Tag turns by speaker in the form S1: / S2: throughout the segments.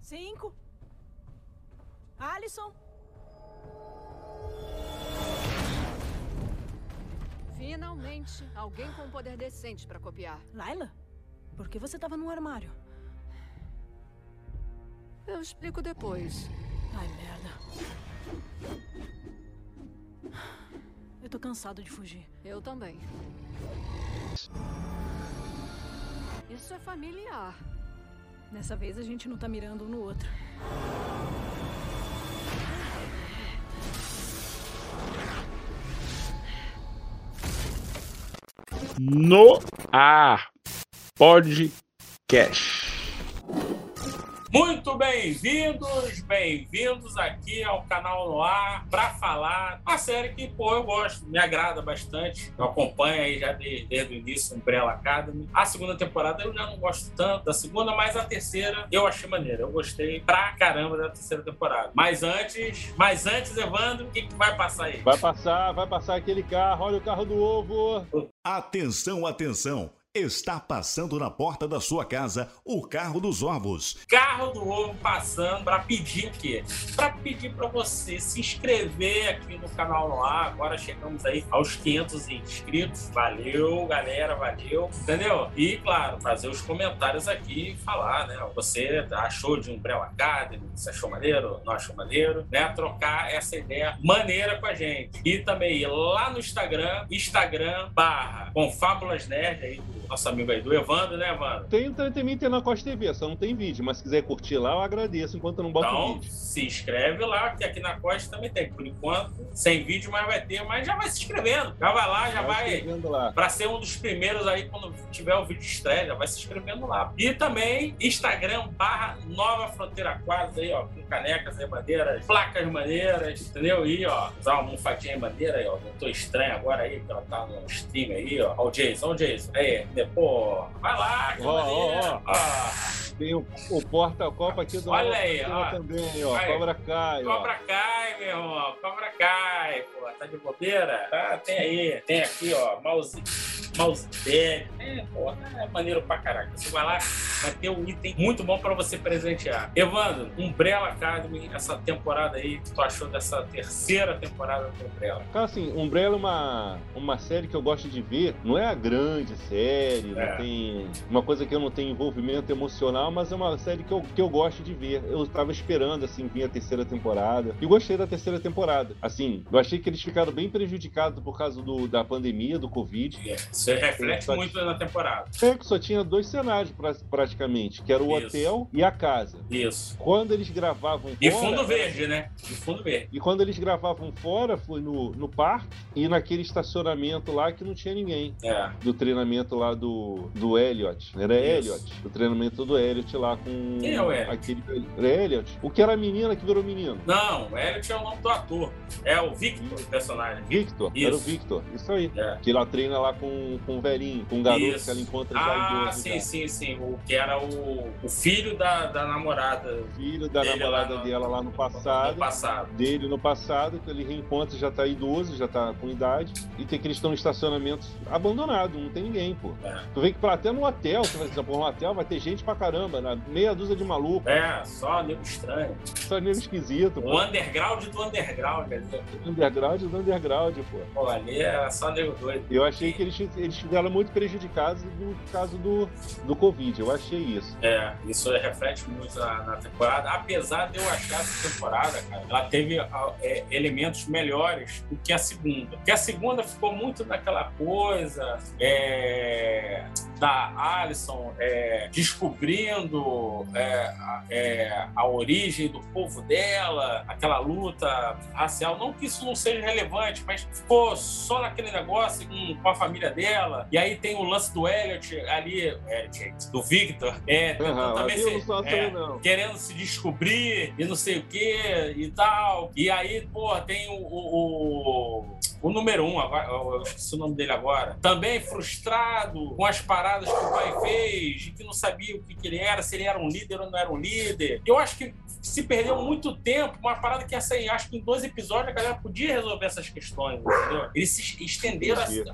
S1: Cinco. Alisson.
S2: Finalmente, alguém com um poder decente pra copiar.
S1: Laila? Por que você tava no armário?
S2: Eu explico depois.
S1: Ai, merda. Eu tô cansado de fugir.
S2: Eu também. Isso é familiar.
S1: Dessa vez a gente não tá mirando um no outro.
S3: No ar. Podcast.
S4: Muito bem-vindos, bem-vindos aqui ao canal Noir para falar uma série que, pô, eu gosto, me agrada bastante. Eu acompanho aí já de- desde, o início, Umbrella Academy. A segunda temporada eu já não gosto tanto da segunda, mas a terceira eu achei maneira. Eu gostei pra caramba da terceira temporada. Mas antes, mas antes, Evandro, o que, que vai passar aí?
S3: Vai passar, vai passar aquele carro. Olha o carro do ovo.
S5: Atenção, atenção! Está passando na porta da sua casa o carro dos ovos.
S4: carro do ovo passando para pedir o quê? Para pedir para você se inscrever aqui no canal Noir. Agora chegamos aí aos 500 inscritos. Valeu, galera, valeu. Entendeu? E, claro, fazer os comentários aqui e falar, né? Você achou de Umbrella Academy? Você achou maneiro? Não achou maneiro? Né? Trocar essa ideia maneira com a gente. E também ir lá no Instagram, Instagram barra Confábulas Nerd, aí do nosso amigo aí do Evandro, né, Evandro?
S3: Tem entretenimento na Costa TV, só não tem vídeo. Mas se quiser curtir lá, eu agradeço enquanto eu não boto
S4: Então,
S3: vídeo.
S4: se inscreve lá, que aqui na Costa também tem. Por enquanto, sem vídeo, mas vai ter. Mas já vai se inscrevendo. Já vai lá, já vai.
S3: escrevendo lá.
S4: Pra ser um dos primeiros aí, quando tiver o vídeo de estreia, já vai se inscrevendo lá. E também, Instagram barra Nova Fronteira Quadros aí, ó. Com canecas aí, maneiras, placas maneiras, entendeu? E, ó, usar uma almofadinha maneira aí, ó. Não tô estranho agora aí, porque ela tá no stream aí, ó. Ó o Jason, ó o Jason. Aí, depois, vai lá, que é
S3: Ó, ó,
S4: maneiro. Ah.
S3: ó.
S4: Ó.
S3: Tem o, o porta-copa aqui do
S4: Olha
S3: lado
S4: aí,
S3: da
S4: ó.
S3: cena também, ó.
S4: Aí.
S3: Cobra cai, ó.
S4: Cobra cai, meu irmão. Cobra cai, pô. Tá de bobeira? Tá, tem aí. Tem aqui, ó. Mouse. Mouse pad. É, pô. É maneiro pra caraca. Você vai lá, vai ter um item muito bom pra você presentear. Evandro, Umbrella Academy, essa temporada aí, o que tu achou dessa terceira temporada do Umbrella?
S3: Cara, assim, Umbrella é uma, uma série que eu gosto de ver. Não é a grande série,
S4: É.
S3: não tem uma coisa que eu não tenho envolvimento emocional, mas é uma série que eu, que eu gosto de ver. Eu tava esperando, assim, vir a terceira temporada. E gostei da terceira temporada. Assim, eu achei que eles ficaram bem prejudicados por causa do, da pandemia, do Covid.
S4: Isso reflete
S3: Sim,
S4: muito na temporada.
S3: É que só tinha dois cenários, pra- praticamente, que era o
S4: Isso.
S3: hotel e a casa.
S4: Isso.
S3: Quando eles gravavam
S4: E
S3: fora,
S4: fundo verde, né? E fundo verde.
S3: E quando eles gravavam fora, foi no, no parque e naquele estacionamento lá que não tinha ninguém
S4: É.
S3: do treinamento lá do, do Elliot. Era
S4: Isso.
S3: Elliot. Do treinamento do Elliot lá com.
S4: Quem é o Elliot?
S3: Aquele, era Elliot. O que era menina que virou menino.
S4: Não, o Elliot é o nome do ator. É o Victor, o personagem.
S3: Victor.
S4: Isso.
S3: Era o Victor. Isso aí.
S4: É.
S3: Que ela treina lá com, com um velhinho, com um garoto
S4: Isso.
S3: que ela encontra já
S4: Ah,
S3: idoso.
S4: sim,
S3: já.
S4: sim, sim. O que era o, o filho da, da namorada
S3: Filho da
S4: Ele é
S3: namorada
S4: lá no-
S3: dela lá no
S4: no
S3: passado.
S4: passado.
S3: Dele no passado, que ele reencontra, já tá idoso, já tá com idade. E tem que eles estão em estacionamentos abandonados, não tem ninguém, pô.
S4: É.
S3: Tu vê que pra, até no hotel, você vai dizer, pô, no hotel vai ter gente pra caramba, né? meia dúzia de maluco,
S4: É, só nego estranho.
S3: só nego esquisito, pô.
S4: O underground do underground ali.
S3: Underground do underground, pô.
S4: Pô, ali era só nego doido.
S3: Eu achei que eles, eles ficaram muito prejudicados no caso do, do Covid. Eu achei isso.
S4: É, isso reflete muito na, na temporada. Apesar de eu achar essa temporada, cara, ela teve ah, é, elementos melhores do que a segunda. Porque a segunda ficou muito naquela coisa é, da Alison é, descobrindo é, a, é, a origem do povo dela, aquela luta racial. Não que isso não seja relevante, mas ficou só naquele negócio com, com a família dela. E aí tem o lance do Elliot ali, é, gente, do Victor, é, tentando também
S3: eu não
S4: ser.
S3: sou assim,
S4: é,
S3: não.
S4: Querendo se descobrir e não sei o que e tal. E aí, pô, tem o, o, o- o número um, agora, eu eu esqueci o nome dele agora. Também frustrado com as paradas que o pai fez, e que não sabia o que, que ele era, se ele era um líder ou não era um líder. Eu acho que se perdeu muito tempo, uma parada que assim, acho que em dois episódios a galera podia resolver essas questões, entendeu? Eles se estenderam assim.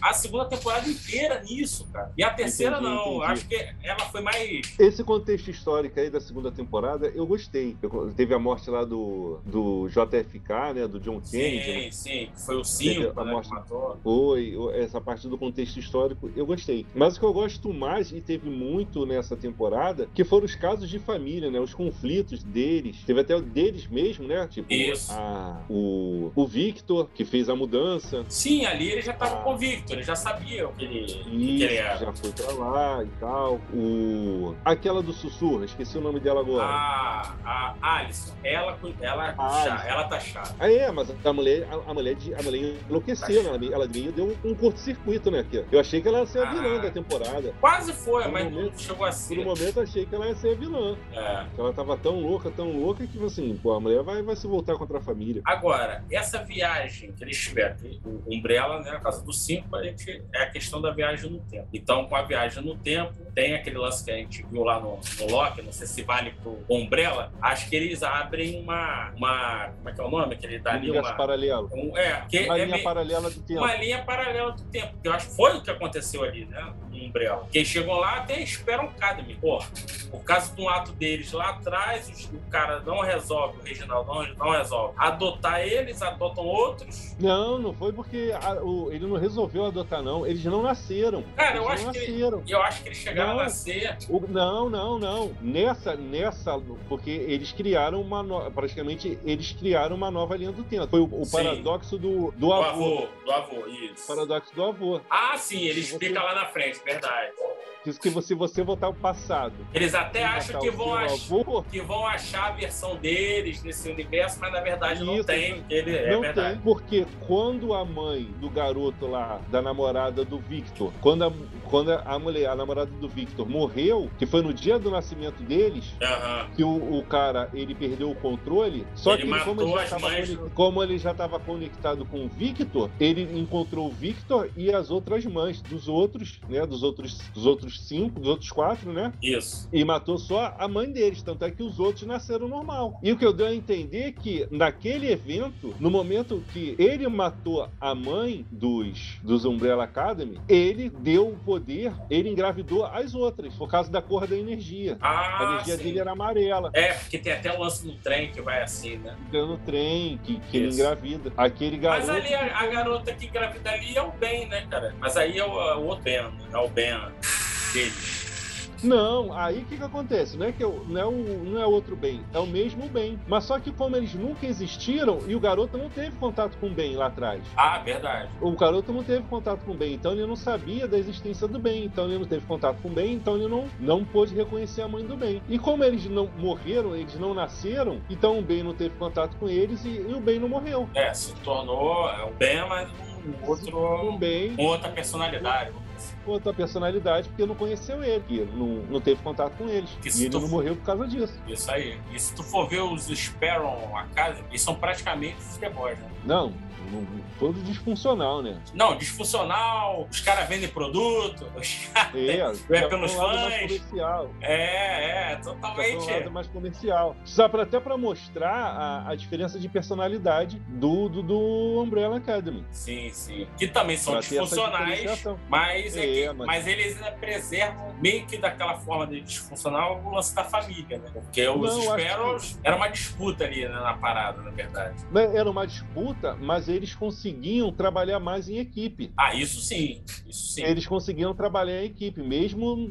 S4: a segunda temporada inteira nisso, cara. E a terceira
S3: Entendi,
S4: não.
S3: entendi.
S4: Acho que ela foi mais.
S3: Esse contexto histórico aí da segunda temporada, eu gostei. Eu- teve a morte lá do, do JFK, né? Do John Kennedy. né?
S4: Sim, sim. Foi o
S3: Entendeu?
S4: 5,
S3: A
S4: né, que
S3: mostra-
S4: matou.
S3: Foi, o- essa parte do contexto histórico, eu gostei. Mas o que eu gosto mais, e teve muito nessa temporada, que foram os casos de família, né? Os conflitos deles. Teve até o deles mesmo, né? Tipo,
S4: Isso.
S3: a- o, o Victor, que fez a mudança.
S4: Sim, ali ele já estava
S3: Ah.
S4: convicto, ele já sabia o que ele, o que é
S3: Isso,
S4: ele era.
S3: já foi pra lá e tal. O... Aquela do Sussurra, esqueci o nome dela agora.
S4: Ah. A, a Alison, ela, cu- ela,
S3: A
S4: chá-
S3: Alison.
S4: ela tá chata.
S3: Ah, é, mas a mulher, a, a mulher, de- a mulher enlouqueceu, né? Ela, me- ela me deu um curto-circuito, né? que Eu achei que ela ia ser a vilã
S4: Ah.
S3: da temporada.
S4: Quase foi,
S3: Por um
S4: mas não
S3: momento-
S4: chegou a
S3: Por
S4: ser.
S3: um momento eu achei que ela ia ser a vilã.
S4: É.
S3: Que Ela tava tão louca, tão louca que assim, pô, a mulher vai, vai se voltar contra a família.
S4: Agora, essa viagem que eles tiveram, que o Umbrella, né, na casa do 5, a gente, é a questão da viagem no tempo. Então, com a viagem no tempo, tem aquele lance que a gente viu lá no, no Loki, não sei se vale pro Umbrella, acho que eles abrem uma, uma como é que é o nome? Que ele dá ali
S3: Universo
S4: uma...
S3: paralelo.
S4: um- é, que
S3: Uma
S4: é
S3: linha
S4: meio-
S3: paralela do tempo.
S4: uma linha paralela do tempo, que eu acho que foi o que aconteceu ali, né? No Umbrella. Porque eles chegam lá até esperam Academy. Pô, por causa de um ato deles lá atrás, os- o cara não resolve, o Reginaldo não, não resolve. Adotar eles, adotam outros.
S3: Não, não foi porque a- o- ele não resolveu adotar, não. Eles não nasceram.
S4: Cara,
S3: Eles
S4: eu
S3: não
S4: acho que-
S3: nasceram.
S4: E eu acho que eles chegaram
S3: Não.
S4: a nascer.
S3: O- não, não, não. Nessa, nessa, porque eles criaram uma no- praticamente eles criaram uma nova linha do tempo. Foi o, o
S4: Sim.
S3: paradoxo do, do
S4: Do
S3: avô.
S4: avô, do avô, isso.
S3: Paradoxo do avô.
S4: Ah, sim, ele
S3: Você-
S4: explica lá na frente, verdade.
S3: Diz que se você voltar ao passado,
S4: Eles até
S3: e
S4: acham
S3: matar
S4: que
S3: o
S4: vão
S3: seu
S4: achar.
S3: avô,
S4: Que vão achar a versão deles nesse universo, mas na verdade não
S3: Isso,
S4: tem. Ele, é
S3: não
S4: verdade.
S3: tem, porque quando a mãe do garoto lá, da namorada do Victor, quando a, quando a mulher, a namorada do Victor morreu, que foi no dia do nascimento deles,
S4: Aham.
S3: que o, o cara ele perdeu o controle. Só
S4: Ele
S3: que como ele,
S4: matou
S3: já
S4: as
S3: tava
S4: mães
S3: conec- como ele já estava conectado com o Victor, ele encontrou o Victor e as outras mães dos outros, né? Dos outros, dos outros cinco, dos outros quatro, né?
S4: Isso.
S3: E matou só a mãe deles, tanto é que os outros nasceram normal. E o que eu dei a entender é que naquele evento, no momento que ele matou a mãe dos, dos Umbrella Academy, ele deu o poder, ele engravidou as outras, por causa da cor da energia.
S4: Ah,
S3: A energia
S4: sim.
S3: dele era amarela.
S4: É, porque tem até o lance no trem que vai assim, né?
S3: Ficando no trem, que, que ele
S4: Isso.
S3: engravida. Aquele garoto.
S4: Mas ali a, a garota que engravida ali é o Ben, né, cara? Mas aí é o, é o outro Ben, né? é o Ben deles.
S3: Não, aí o que, que acontece? Não é, que eu, não, é o, não é outro bem, é o mesmo bem. Mas só que como eles nunca existiram, e o garoto não teve contato com o bem lá atrás.
S4: Ah, verdade.
S3: O garoto não teve contato com o bem, então ele não sabia da existência do bem, então ele não teve contato com o bem, então ele não, não pôde reconhecer a mãe do bem. E como eles não morreram, eles não nasceram, então o bem não teve contato com eles e, e o bem não morreu.
S4: É, se tornou é o Ben, mas um
S3: O
S4: outro,
S3: bem
S4: com outra personalidade. assim.
S3: outra personalidade porque não conheceu ele, que não, não teve contato com eles.
S4: Que
S3: e ele
S4: estofo.
S3: não morreu por causa disso.
S4: Isso aí. E se tu for ver os Sparrow, a casa, eles são praticamente os deboches. Né?
S3: Não, não- todo disfuncional, né?
S4: Não, disfuncional, os caras vendem produto. os caras-
S3: É, já
S4: pelos
S3: foi um lado mais
S4: fãs.
S3: comercial.
S4: É, é,
S3: já foi um
S4: totalmente.
S3: lado mais comercial. Só pra, até para mostrar a, a diferença de personalidade do, do, do Umbrella Academy.
S4: Sim, sim. Que também são
S3: Pra ter essa
S4: disfuncionais,
S3: diferenciação.
S4: mas, é que-
S3: É, mas-
S4: mas... eles ainda preservam meio que daquela forma de disfuncional o lance da família, né? Porque os
S3: Não, acho
S4: Sparrows era uma disputa ali né, na parada, na verdade.
S3: Né, Era uma disputa, mas eles conseguiam trabalhar mais em equipe.
S4: Ah, isso sim, isso sim.
S3: Eles conseguiam trabalhar em equipe, mesmo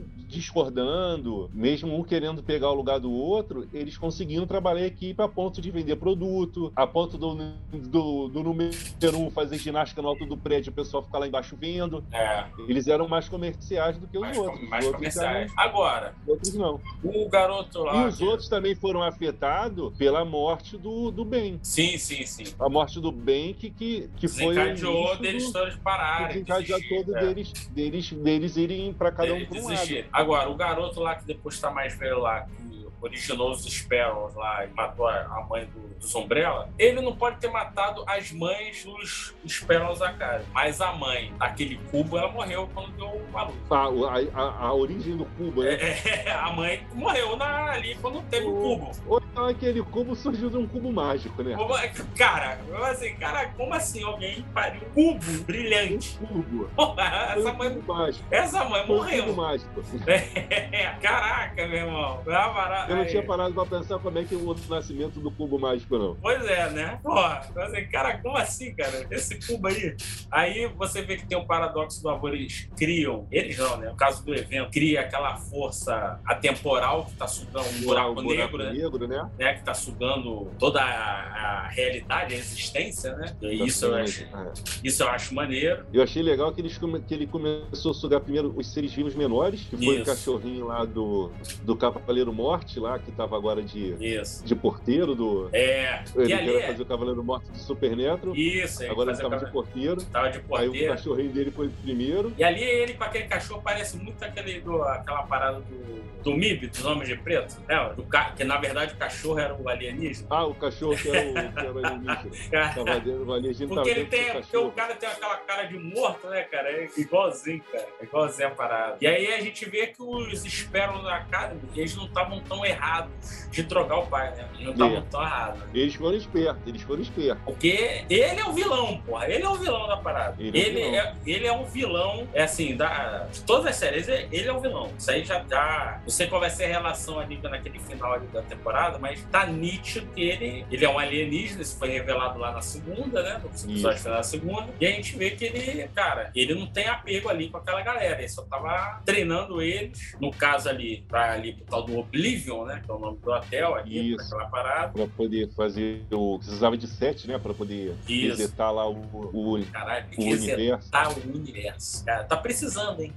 S3: discordando, mesmo um querendo pegar o lugar do outro, eles conseguiam trabalhar em equipe a ponto de vender produto, a ponto do, do, do número um fazer ginástica no alto do prédio, o pessoal ficar lá embaixo vendo.
S4: É,
S3: Eles eram mais comerciais do que os
S4: mais,
S3: outros.
S4: com- mais
S3: os outros
S4: comerciais. Agora,
S3: eram- outros não.
S4: o garoto lá.
S3: E os
S4: que-
S3: outros também foram afetados pela morte do, do bem.
S4: Sim, sim, sim.
S3: A morte do bem que, que, que foi. o
S4: Desencadeou
S3: início
S4: deles
S3: do-
S4: todos
S3: que
S4: pararem.
S3: desencadeou
S4: desistir,
S3: todo
S4: é.
S3: deles, deles, deles irem pra cada um
S4: Eles
S3: pra um lado.
S4: desistiram. Agora, o garoto lá que depois tá mais velho lá, que originou os Sparrows lá e matou a a mãe do, dos Umbrella, ele não pode ter matado as mães dos Sparrows da casa. Mas a mãe daquele cubo, ela morreu quando ganhou o Maluco.
S3: A, a, a- a origem do cubo, né?
S4: É, a mãe morreu na, ali quando teve o cubo.
S3: Ou então aquele cubo surgiu de um cubo mágico, né?
S4: Como é que- Cara, eu assim, cara, como assim alguém pariu um cubo brilhante?
S3: Cubo.
S4: Porra,
S3: Foi
S4: essa
S3: um
S4: mãe,
S3: cubo mágico.
S4: essa mãe
S3: Foi um cubo
S4: morreu.
S3: mágico.
S4: É, caraca, meu irmão. Ah, mara-
S3: Eu não tinha
S4: aí.
S3: parado pra pensar como é que é o nascimento do cubo mágico, não.
S4: Pois é, né? Porra, então, assim, cara, como assim, cara? Esse cubo aí. Aí você vê que tem um paradoxo do amor, eles criam, eles não, né? No caso do evento, cria aquela força atemporal que tá sugando um buraco, negro, né?
S3: negro, né?
S4: né, que tá sugando toda a, a realidade, a existência, né? E isso, eu acho,
S3: É.
S4: isso eu acho maneiro.
S3: Eu achei legal que, eles come- que ele começou a sugar primeiro os seres vivos menores, que foi
S4: Isso.
S3: o cachorrinho lá do, do Cavaleiro Morte, lá, que tava agora de,
S4: Isso.
S3: de porteiro do.
S4: É.
S3: Ele
S4: E ali
S3: queria
S4: é.
S3: fazer o Cavaleiro Morte de Super Netro.
S4: Isso, aí
S3: agora ele
S4: fazer o
S3: tava de
S4: cara-
S3: porteiro.
S4: tava de
S3: Aí o
S4: poder.
S3: cachorrinho dele foi primeiro.
S4: E ali ele com aquele cachorro parece muito aquele, do- aquela parada do, do MIB, dos Homens de Preto, né? Do ca- que na verdade o cachorro era o alienígena.
S3: Ah, o cachorro que era o que era o alienígena. Tava dentro, tá o alienígena tava
S4: Porque ele
S3: dentro
S4: tem,
S3: do
S4: porque o
S3: cachorro.
S4: cara tem aquela cara de morto, né, cara? É igualzinho, cara. É igualzinho a parada. E aí a gente vê que os esperam da Academy, eles não estavam tão errados de trocar o pai, né? Eles não estavam
S3: É.
S4: tão errados.
S3: Eles foram espertos, eles foram espertos.
S4: Porque ele é o vilão, porra. Ele é o vilão da parada.
S3: Ele
S4: Ele,
S3: é o vilão.
S4: é, ele é um vilão, é assim, da, de todas as séries, ele ele é o vilão. Isso aí já tá. Não sei qual vai ser a relação ali naquele final ali da temporada, mas tá nítido que ele, ele é um alienígena. Isso foi revelado lá na segunda, né? No episódio
S3: Isso.
S4: final da segunda. E a gente vê que ele, cara, ele não tem apego ali com aquela galera. Ele só tava treinando eles. No caso ali, pra ali pro tal do Oblivion, né? Que é o nome do hotel ali,
S3: Isso.
S4: pra aquela parada.
S3: Pra poder fazer o. Precisava de sete, né? Pra poder
S4: Isso.
S3: resetar lá o, o, o
S4: Caralho, esse é
S3: universo.
S4: tá o universo, cara. Tá precisando, hein?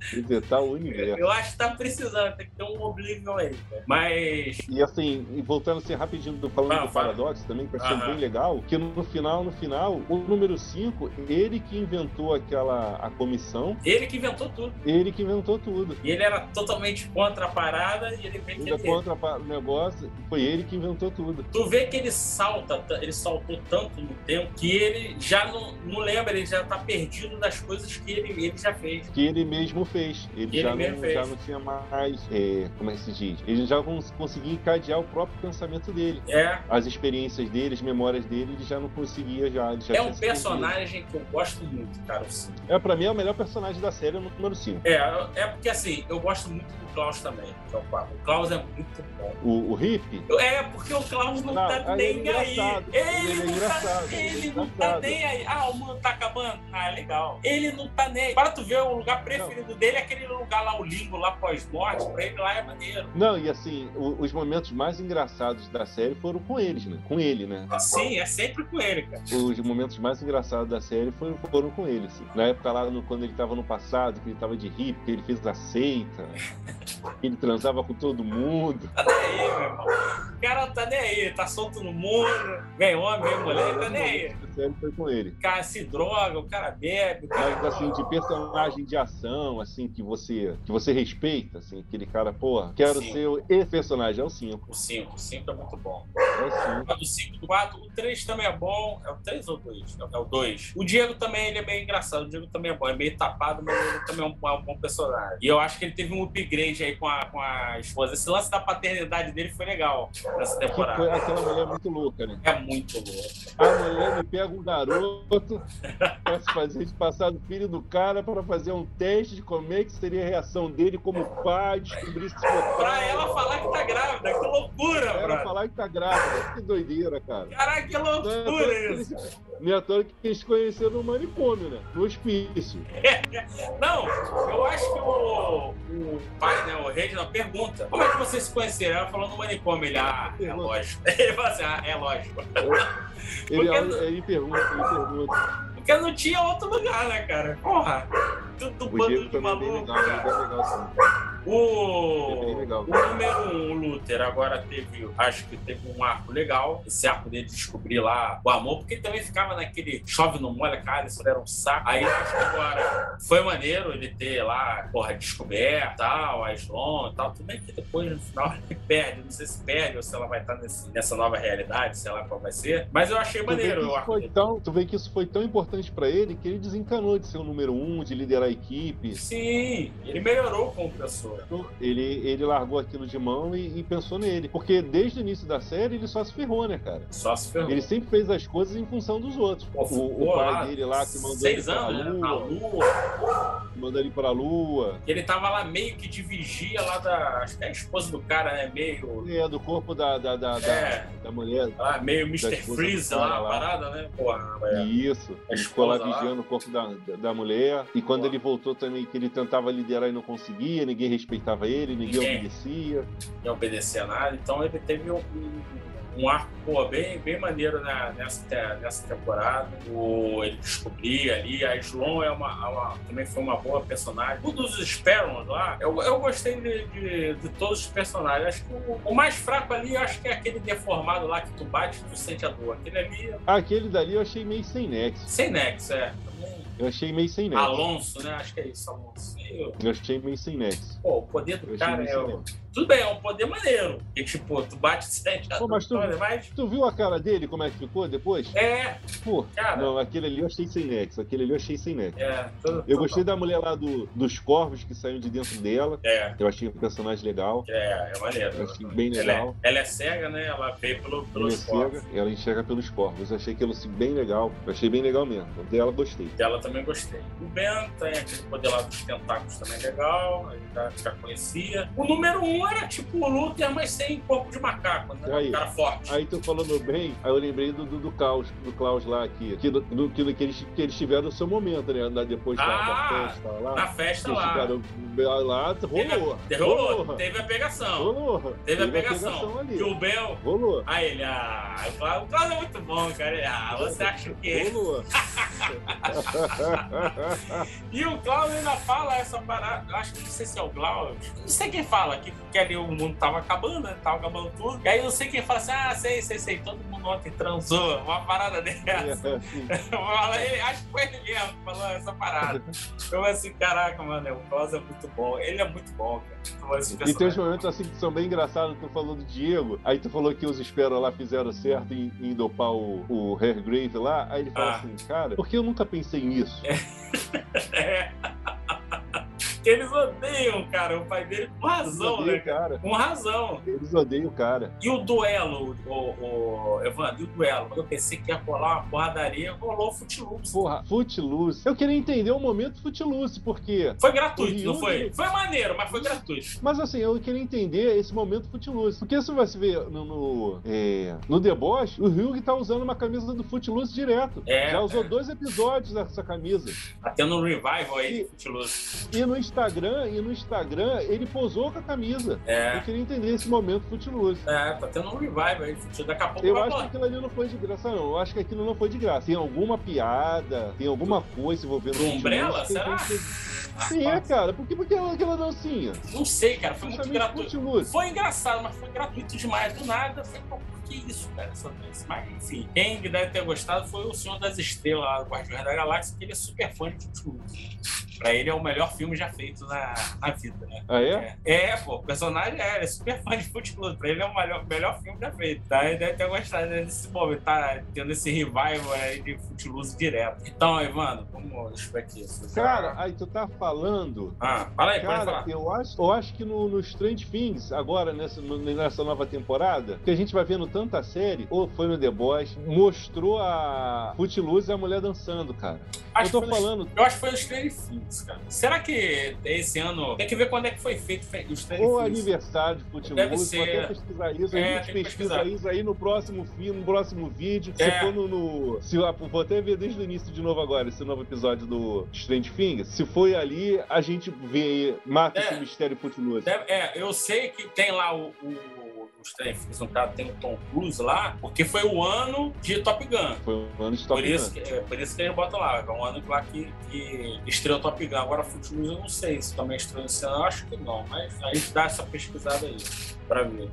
S3: Resetar o universo.
S4: Eu acho que tá precisando, tem que ter um Oblivion aí, cara. Mas.
S3: E assim, e voltando assim rapidinho, do- falando
S4: Ah,
S3: do
S4: fala.
S3: paradoxo também, que eu achei
S4: Aham.
S3: bem legal, que no final, no final, o número 5, ele que inventou aquela a comissão,
S4: Ele que inventou tudo.
S3: ele que inventou tudo.
S4: E ele era totalmente contra a parada e ele vê que
S3: Ainda
S4: ele.
S3: contra pa- o negócio, foi ele que inventou tudo.
S4: Tu vê que ele salta, ta- ele saltou tanto no tempo que ele já não, não lembra, ele já tá perdido das coisas que ele, ele já fez.
S3: Que ele mesmo fez. Ele,
S4: Ele
S3: já,
S4: mesmo
S3: não,
S4: fez.
S3: já não tinha mais. é, como é que se diz? Ele já cons- conseguia encadear o próprio pensamento dele.
S4: É.
S3: As experiências dele, as memórias dele, ele já não conseguia já. ele já
S4: É
S3: tinha
S4: um
S3: se perdido.
S4: personagem que eu gosto muito, cara. o Sid.
S3: É, pra mim é o melhor personagem da série no número 5.
S4: É, é porque assim, eu gosto muito do Klaus também, que é o Pablo. O Klaus é muito bom.
S3: O, o Hippie,
S4: É, porque o Klaus não,
S3: Não,
S4: tá
S3: ele é
S4: nem aí.
S3: engraçado.
S4: Ele,
S3: Ele é
S4: não, tá,
S3: engraçado,
S4: ele
S3: ele é
S4: não tá
S3: engraçado.
S4: nem aí. Ah, o mundo tá acabando? Ah, legal. Ele não tá nem aí. Para tu ver, o lugar preferido dele é aquele lugar lá, o limbo, lá pós-morte. Pra ele lá é maneiro.
S3: Não, e assim, o- os momentos mais engraçados da série foram com eles, né? Com ele, né?
S4: Sim, é sempre com ele, cara.
S3: Os momentos mais engraçados da série foram, foram com ele, assim. Na época lá, no- quando ele tava no passado, que ele tava de hippie, ele fez a seita, que ele transava com todo mundo.
S4: Tá nem aí, meu irmão. O cara não tá nem aí. Tá solto no mundo. Vem homem, vem mulher, ele tá nem aí.
S3: A série foi com ele.
S4: O cara se droga, o cara bebe. O cara...
S3: Mas assim, de personagem de ação, assim, que você, que você respeita, assim, aquele cara, porra, quero
S4: Sim.
S3: ser o- esse personagem, é o 5.
S4: O 5, o 5 é muito bom.
S3: É o 5.
S4: A do 5, do 4, o 3 também é bom. É o 3 ou 2? É o 2. O Diego também ele é meio engraçado. O Diego também é bom. É meio tapado, mas ele também é um, é um bom personagem. E eu acho que ele teve um upgrade aí com a, com a esposa. Esse lance da paternidade dele foi legal nessa
S3: Que foi
S4: temporada.
S3: aquela mulher muito louca, né?
S4: É muito louco.
S3: A mulher me pega um garoto para se fazer de passar do filho do cara para fazer um teste de como é que seria a reação dele como pai, descobrir se for
S4: Pra ela falar que tá grávida, que loucura,
S3: Era
S4: brother.
S3: falar que tá grávida, que doideira, cara.
S4: Caraca, que
S3: Não é à
S4: loucura
S3: toa que
S4: isso.
S3: eles- Não é à toa que eles conheceram no manicômio, né? No hospício.
S4: Não, eu acho que o, o pai, né, o Reginald, pergunta: como é que vocês se conheceram? Ela falou no manicômio. Ele, ah, é lógico. Ele fala assim: ah, é lógico.
S3: Ele,
S4: Porque-
S3: ele pergunta, ele pergunta.
S4: Porque não tinha outro lugar, né, cara? Porra! Tudo
S3: O
S4: bando
S3: Diego
S4: de
S3: também é bem
S4: maluco,
S3: legal, ele é
S4: cara.
S3: bem legal, sim. Ele é bem
S4: O...
S3: legal.
S4: O número um, o Luther, agora teve, acho que teve um arco legal, esse arco dele descobrir lá o amor, porque ele também ficava naquele chove no molha, cara, isso era um saco. Aí acho que agora foi maneiro ele ter lá, porra, descoberta, tal, a Sloan e tal, tudo bem que depois no final ele perde, não sei se perde ou se ela vai estar nesse- nessa nova realidade, sei lá qual vai ser, mas eu achei
S3: Tu vê, que
S4: maneiro o
S3: isso
S4: arco
S3: foi
S4: dele.
S3: tão, tu vê que isso foi tão importante pra ele que ele desencanou de ser o número um, de liderar a equipe.
S4: Sim, ele melhorou como pessoa.
S3: Ele, ele largou aquilo de mão e, e pensou nele. Porque desde o início da série ele só se ferrou, né, cara?
S4: Só se ferrou.
S3: Ele sempre fez as coisas em função dos outros. O, o
S4: Pô,
S3: pai dele lá que mandou ele
S4: seis
S3: pra
S4: anos, né? Na
S3: lua,
S4: lua.
S3: que mandou ele pra lua.
S4: Ele tava lá meio que de vigia lá da. Acho que é a esposa do cara, né? Meio.
S3: É, do corpo da, da, Ah, da, da-
S4: É,
S3: da mulher.
S4: lá, meio Mr.
S3: esposa do
S4: Freeze
S3: cara
S4: lá,
S3: lá.
S4: a parada, né? Porra, é.
S3: Isso.
S4: A
S3: Ele ficou lá
S4: esposa lá.
S3: vigiando o corpo da, da, da mulher. E quando
S4: Pô.
S3: ele voltou também, que ele tentava liderar e não conseguia, ninguém respeitava ele, ninguém
S4: Ninguém.
S3: obedecia.
S4: não obedecia nada. Então ele teve um, um arco pô, bem, bem maneiro na- nessa, te- nessa temporada. O, ele descobria ali. A Sloan é uma, é uma- também foi uma boa personagem. Um dos Sparrows lá, eu, eu gostei de, de, de todos os personagens. Acho que o, o mais fraco ali, eu acho que é aquele deformado lá que tu bate e tu sente a dor. Aquele ali
S3: Aquele dali eu achei meio sem nexo.
S4: Sem nexo, é. Também
S3: Eu achei meio sem nexo.
S4: Alonso, né? Acho que é isso, Alonso. E eu-
S3: Eu achei meio sem nexo.
S4: Pô, o poder
S3: Eu
S4: do
S3: achei
S4: cara
S3: meio
S4: é.
S3: sem
S4: o-
S3: nexo.
S4: Tudo bem, é um poder maneiro. E tipo, tu bate sete
S3: Pô, mas tu-
S4: mas.
S3: Tu viu a cara dele, como é que ficou depois?
S4: É,
S3: Pô,
S4: cara.
S3: não, aquele ali eu achei sem nexo. Aquele ali eu achei sem nexo.
S4: É, tudo-
S3: Eu gostei da mulher lá do, dos corvos que saíram de dentro dela.
S4: É,
S3: Eu achei um personagem legal.
S4: é, é maneiro.
S3: Eu achei bem
S4: Ela
S3: legal.
S4: é, ela é cega, né? Ela veio pelo,
S3: Ela, é
S4: pelos
S3: cega,
S4: corpos.
S3: ela enxerga pelos corvos. Eu achei aquilo assim, bem legal. Eu achei bem legal mesmo. então, Dela gostei.
S4: Dela também gostei. O Ben tem aquele poder lá dos tentáculos também legal, a gente já, já conhecia. O número um era tipo o Luther, mas sem corpo de macaco, né?
S3: Aí.
S4: Um cara forte.
S3: Aí tu falando bem, aí eu lembrei do, do, do Klaus, do Klaus lá aqui. Que, do, do- que, que eles, que eles tiveram o seu momento, né? Na- Depois da, da
S4: Ah,
S3: festa lá.
S4: Na festa
S3: eles
S4: lá.
S3: ficaram lá, rolou.
S4: Teve, rolou,
S3: Rolou.
S4: teve a pegação.
S3: Rolou.
S4: Teve a pegação.
S3: ali.
S4: E o Bel.
S3: Rolou.
S4: Aí ele, ah, eu falo, o Klaus é muito bom, cara. Ele, ah, você acha que é?
S3: Rolou.
S4: E o Klaus ainda fala essa parada. Eu acho que não sei se é o Klaus. Não sei quem fala que, que ali o mundo tava acabando, né? Tava acabando tudo. E aí eu sei quem fala assim, ah, sei, sei, sei. Todo mundo ontem transou. Uma parada dessa.
S3: É, assim.
S4: Fala, ele- acho que foi ele mesmo que falou essa parada. Eu falei assim, caraca, mano, o Klaus é muito bom. Ele é muito bom, cara. Eu falei, esse
S3: E tem uns
S4: personagem.
S3: momentos assim que são bem engraçados, tu falou do Diego, aí tu falou que os Espera lá fizeram certo em, em dopar o, o Hairgrave lá, aí ele fala
S4: Ah.
S3: assim, cara, por que eu nunca pensei nisso?
S4: É. Eles odeiam, cara, o pai dele com razão,
S3: Eles odeiam
S4: né?
S3: o cara.
S4: Com razão.
S3: Eles odeiam o cara.
S4: E o duelo, o, o Evandro, e o duelo? Quando eu pensei que ia rolar uma porradaria, rolou o Footloose.
S3: Porra, Footloose. Eu queria entender o momento Footloose, por quê?
S4: Foi gratuito, não
S3: O
S4: foi?
S3: Yuri-
S4: Foi maneiro, mas foi gratuito.
S3: Mas assim, eu queria entender esse momento Footloose. Porque se você ver no, no, é, no The Boss, o Hugh tá usando uma camisa do Footloose direto.
S4: É,
S3: Já usou
S4: é.
S3: dois episódios dessa camisa.
S4: Tá tendo um revival aí
S3: E-
S4: do Footloose.
S3: E no Instagram, e no Instagram, ele posou com a camisa.
S4: É,
S3: Eu queria entender esse momento Footloose.
S4: é, tá tendo um revival aí do Footloose. Daqui a pouco
S3: Eu
S4: vai
S3: acho que
S4: rolar.
S3: aquilo ali não foi de graça, não. Eu acho que aquilo não foi de graça. Tem alguma piada, tem alguma coisa envolvendo
S4: Do Umbrella,
S3: Footloose, tem-
S4: será?
S3: tem- Sim, é, cara. Por que por que aquela dancinha?
S4: Não sei, cara, foi muito
S3: Justamente
S4: gratuito.
S3: Footloose.
S4: Foi engraçado, mas foi gratuito demais. Do nada, eu falei, pô, por que isso, cara? Essa dança? Mas enfim, quem deve ter gostado foi o Senhor das Estrelas, lá, o Guardiões da Galáxia, que ele é super fã de Footloose. Pra ele é o melhor filme já feito na, na vida, né?
S3: Ah, é?
S4: É, pô, o personagem é, ele é super fã de Footloose. Pra ele é o melhor, melhor filme já feito. Tá? Ele deve ter gostado desse momento, tá tendo esse revival aí de Footloose direto. Então, Ivano, vamos explicar isso.
S3: Cara, aí tu tá falando.
S4: Ah, fala aí, pode
S3: Cara,
S4: falar.
S3: eu acho, eu acho que no, no Strange Things, agora, nessa, no- nessa nova temporada, que a gente vai vendo tanta série, ou foi no The Boys, mostrou a Footloose e a mulher dançando, cara.
S4: Acho
S3: eu tô
S4: que foi no-
S3: falando,
S4: Eu acho que foi os Stranger Things, cara. Será que esse ano. Tem que ver quando é que foi feito fe- os Stranger
S3: ou
S4: Things.
S3: aniversário de
S4: Deve
S3: Footloose,
S4: ser.
S3: vou até pesquisar isso,
S4: É,
S3: a gente
S4: tem que
S3: pesquisa
S4: pesquisar.
S3: isso aí no próximo filme, no próximo vídeo.
S4: É.
S3: Se for no. no- se, ah, vou até ver desde o início de novo agora, esse novo episódio do Strange Things. Se foi ali, a gente vê aí, mata
S4: É.
S3: esse mistério Footloose.
S4: Deve- É, eu sei que tem lá o. o os três filmes, no caso tem o Tom Cruise lá, porque foi o ano de Top Gun.
S3: Foi um ano de Top
S4: Por isso,
S3: Gun.
S4: que, é, por isso que eles botam lá, é um ano lá que, que estreou Top Gun. Agora Foot News eu não sei se também estreou esse ano, eu acho que não, mas a gente dá essa pesquisada aí pra ver.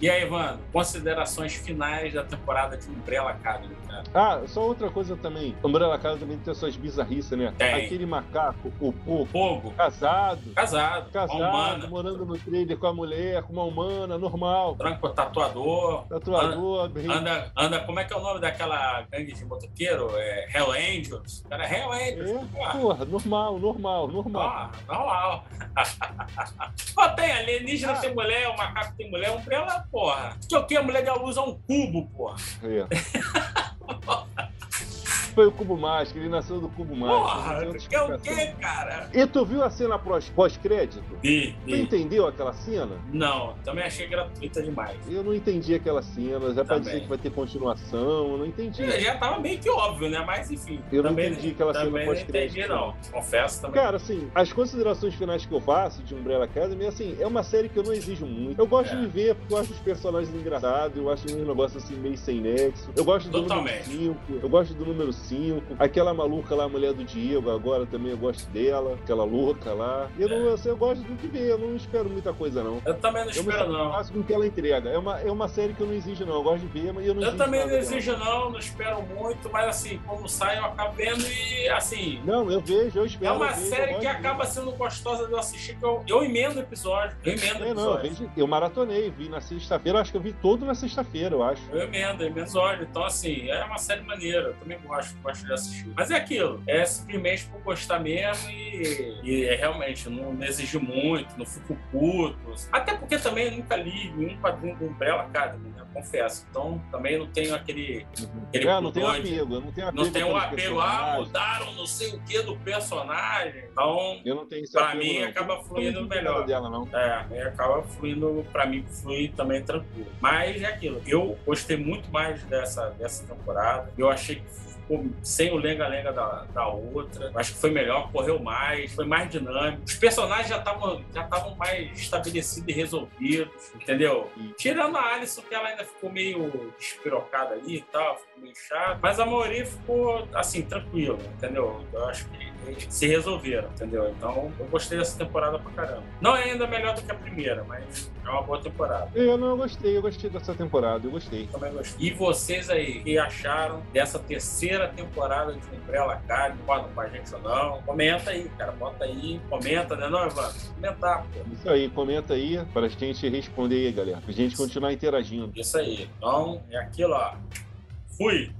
S4: E aí, Ivan, considerações finais da temporada de Umbrella Academy, cara.
S3: Ah, só outra coisa também. Umbrella Academy também tem suas bizarrices, né?
S4: Tem.
S3: Aquele macaco, o porco,
S4: Fogo,
S3: casado,
S4: casado,
S3: casado,
S4: uma humana,
S3: morando no trailer com a mulher, com uma humana, normal.
S4: branco tatuador,
S3: Tatuador, bem.
S4: Anda, anda, como é que é o nome daquela gangue de motoqueiro? É Hell Angels? Cara, Hell Angels.
S3: É,
S4: porra.
S3: porra, normal, normal, normal.
S4: Ah, normal. Pô, tem alienígena,
S3: Ah.
S4: tem mulher, o macaco tem mulher, umbrella, porra. Que o que? A mulher da luz é um cubo, porra.
S3: É. Foi o Cubo Mágico, ele nasceu do Cubo
S4: Porra,
S3: Mágico. não
S4: que é
S3: tem outra
S4: o
S3: explicação.
S4: que, cara?
S3: E tu viu a cena pós- pós-crédito?
S4: E,
S3: Tu entendeu aquela cena?
S4: Não, também achei gratuita demais.
S3: Eu não entendi aquela cena, já
S4: Também.
S3: pode dizer que vai ter continuação, eu não entendi.
S4: Já tava meio que óbvio, né? Mas enfim.
S3: Eu não
S4: também,
S3: entendi aquela cena
S4: também não
S3: pós-crédito,
S4: entendi, não. Confesso também.
S3: Cara, assim, as considerações finais que eu faço de Umbrella Academy, assim, é uma série que eu não exijo muito. Eu gosto
S4: É.
S3: de ver porque eu acho os personagens engraçados, eu acho um negócio assim meio sem nexo. Eu gosto do
S4: Totalmente.
S3: número 5, eu gosto do número 5. Aquela maluca lá, a mulher do Diego, agora também eu gosto dela, aquela louca lá. Eu, não, assim, eu gosto do que ver, eu não espero muita coisa, não.
S4: eu também É. não
S3: Eu me
S4: espero, não.
S3: faço com o que ela entrega. É uma, é uma série que eu não exijo, não. Eu gosto de ver, mas eu não
S4: Eu
S3: exijo
S4: também
S3: nada
S4: não
S3: dela.
S4: exijo, não, não espero muito, mas assim, quando sai, eu acabo vendo e assim.
S3: Não, eu vejo, eu
S4: É
S3: espero. eu
S4: uma
S3: vejo, eu
S4: série
S3: gosto
S4: que
S3: de ver.
S4: acaba sendo gostosa de eu assistir, que eu, eu emendo episódio. Eu emendo
S3: É, não, eu,
S4: episódio.
S3: vejo- eu maratonei, vi na sexta-feira, eu acho que eu vi todo na sexta-feira, eu acho.
S4: Eu emendo, eu emendo episódio. Então, assim, é uma série maneira. Eu também gosto, gosto de assistir. Mas é aquilo. É simplesmente por gostar mesmo e, e é realmente não, não exijo muito, não fico puto. Até porque também eu nunca li nenhum quadrinho do Umbrella Academy, né? Confesso. Então, também não tenho aquele. aquele
S3: É, não tem
S4: pudor de-
S3: apego, eu não tenho apego.
S4: Não tem um
S3: pelos
S4: apego, ah,
S3: personagens.
S4: mudaram não sei o que do personagem. Então,
S3: Eu não tenho esse
S4: pra
S3: apego,
S4: mim,
S3: não.
S4: acaba
S3: Eu não
S4: fluindo
S3: digo
S4: melhor.
S3: nada dela, não.
S4: É, aí acaba fluindo, pra mim, flui também tranquilo. Mas é aquilo, eu gostei muito mais dessa, dessa temporada. Eu achei que ficou sem o lenga-lenga da, da outra. Acho que foi melhor, correu mais, foi mais dinâmico. Os personagens já estavam já estavam mais estabelecidos e resolvidos, entendeu? Tirando a Alison, que ela ainda ficou meio despirocada ali e tal, ficou meio chata. Mas a maioria ficou, assim, tranquila, entendeu? Eu acho que eles se resolveram, entendeu? Então, eu gostei dessa temporada pra caramba. Não é ainda melhor do que a primeira, mas é uma boa temporada.
S3: Eu não eu gostei, eu gostei dessa temporada, eu gostei.
S4: Eu Também gostei. E vocês aí, o que acharam dessa terceira temporada de Umbrella Academy? Podem com a gente ou não? Comenta aí, cara. Bota aí, comenta, né, não, Ivan? Comentar, pô.
S3: Isso aí, comenta aí pra gente responder aí, galera. Pra gente continuar interagindo.
S4: Isso aí. Então, é aquilo, ó. Fui!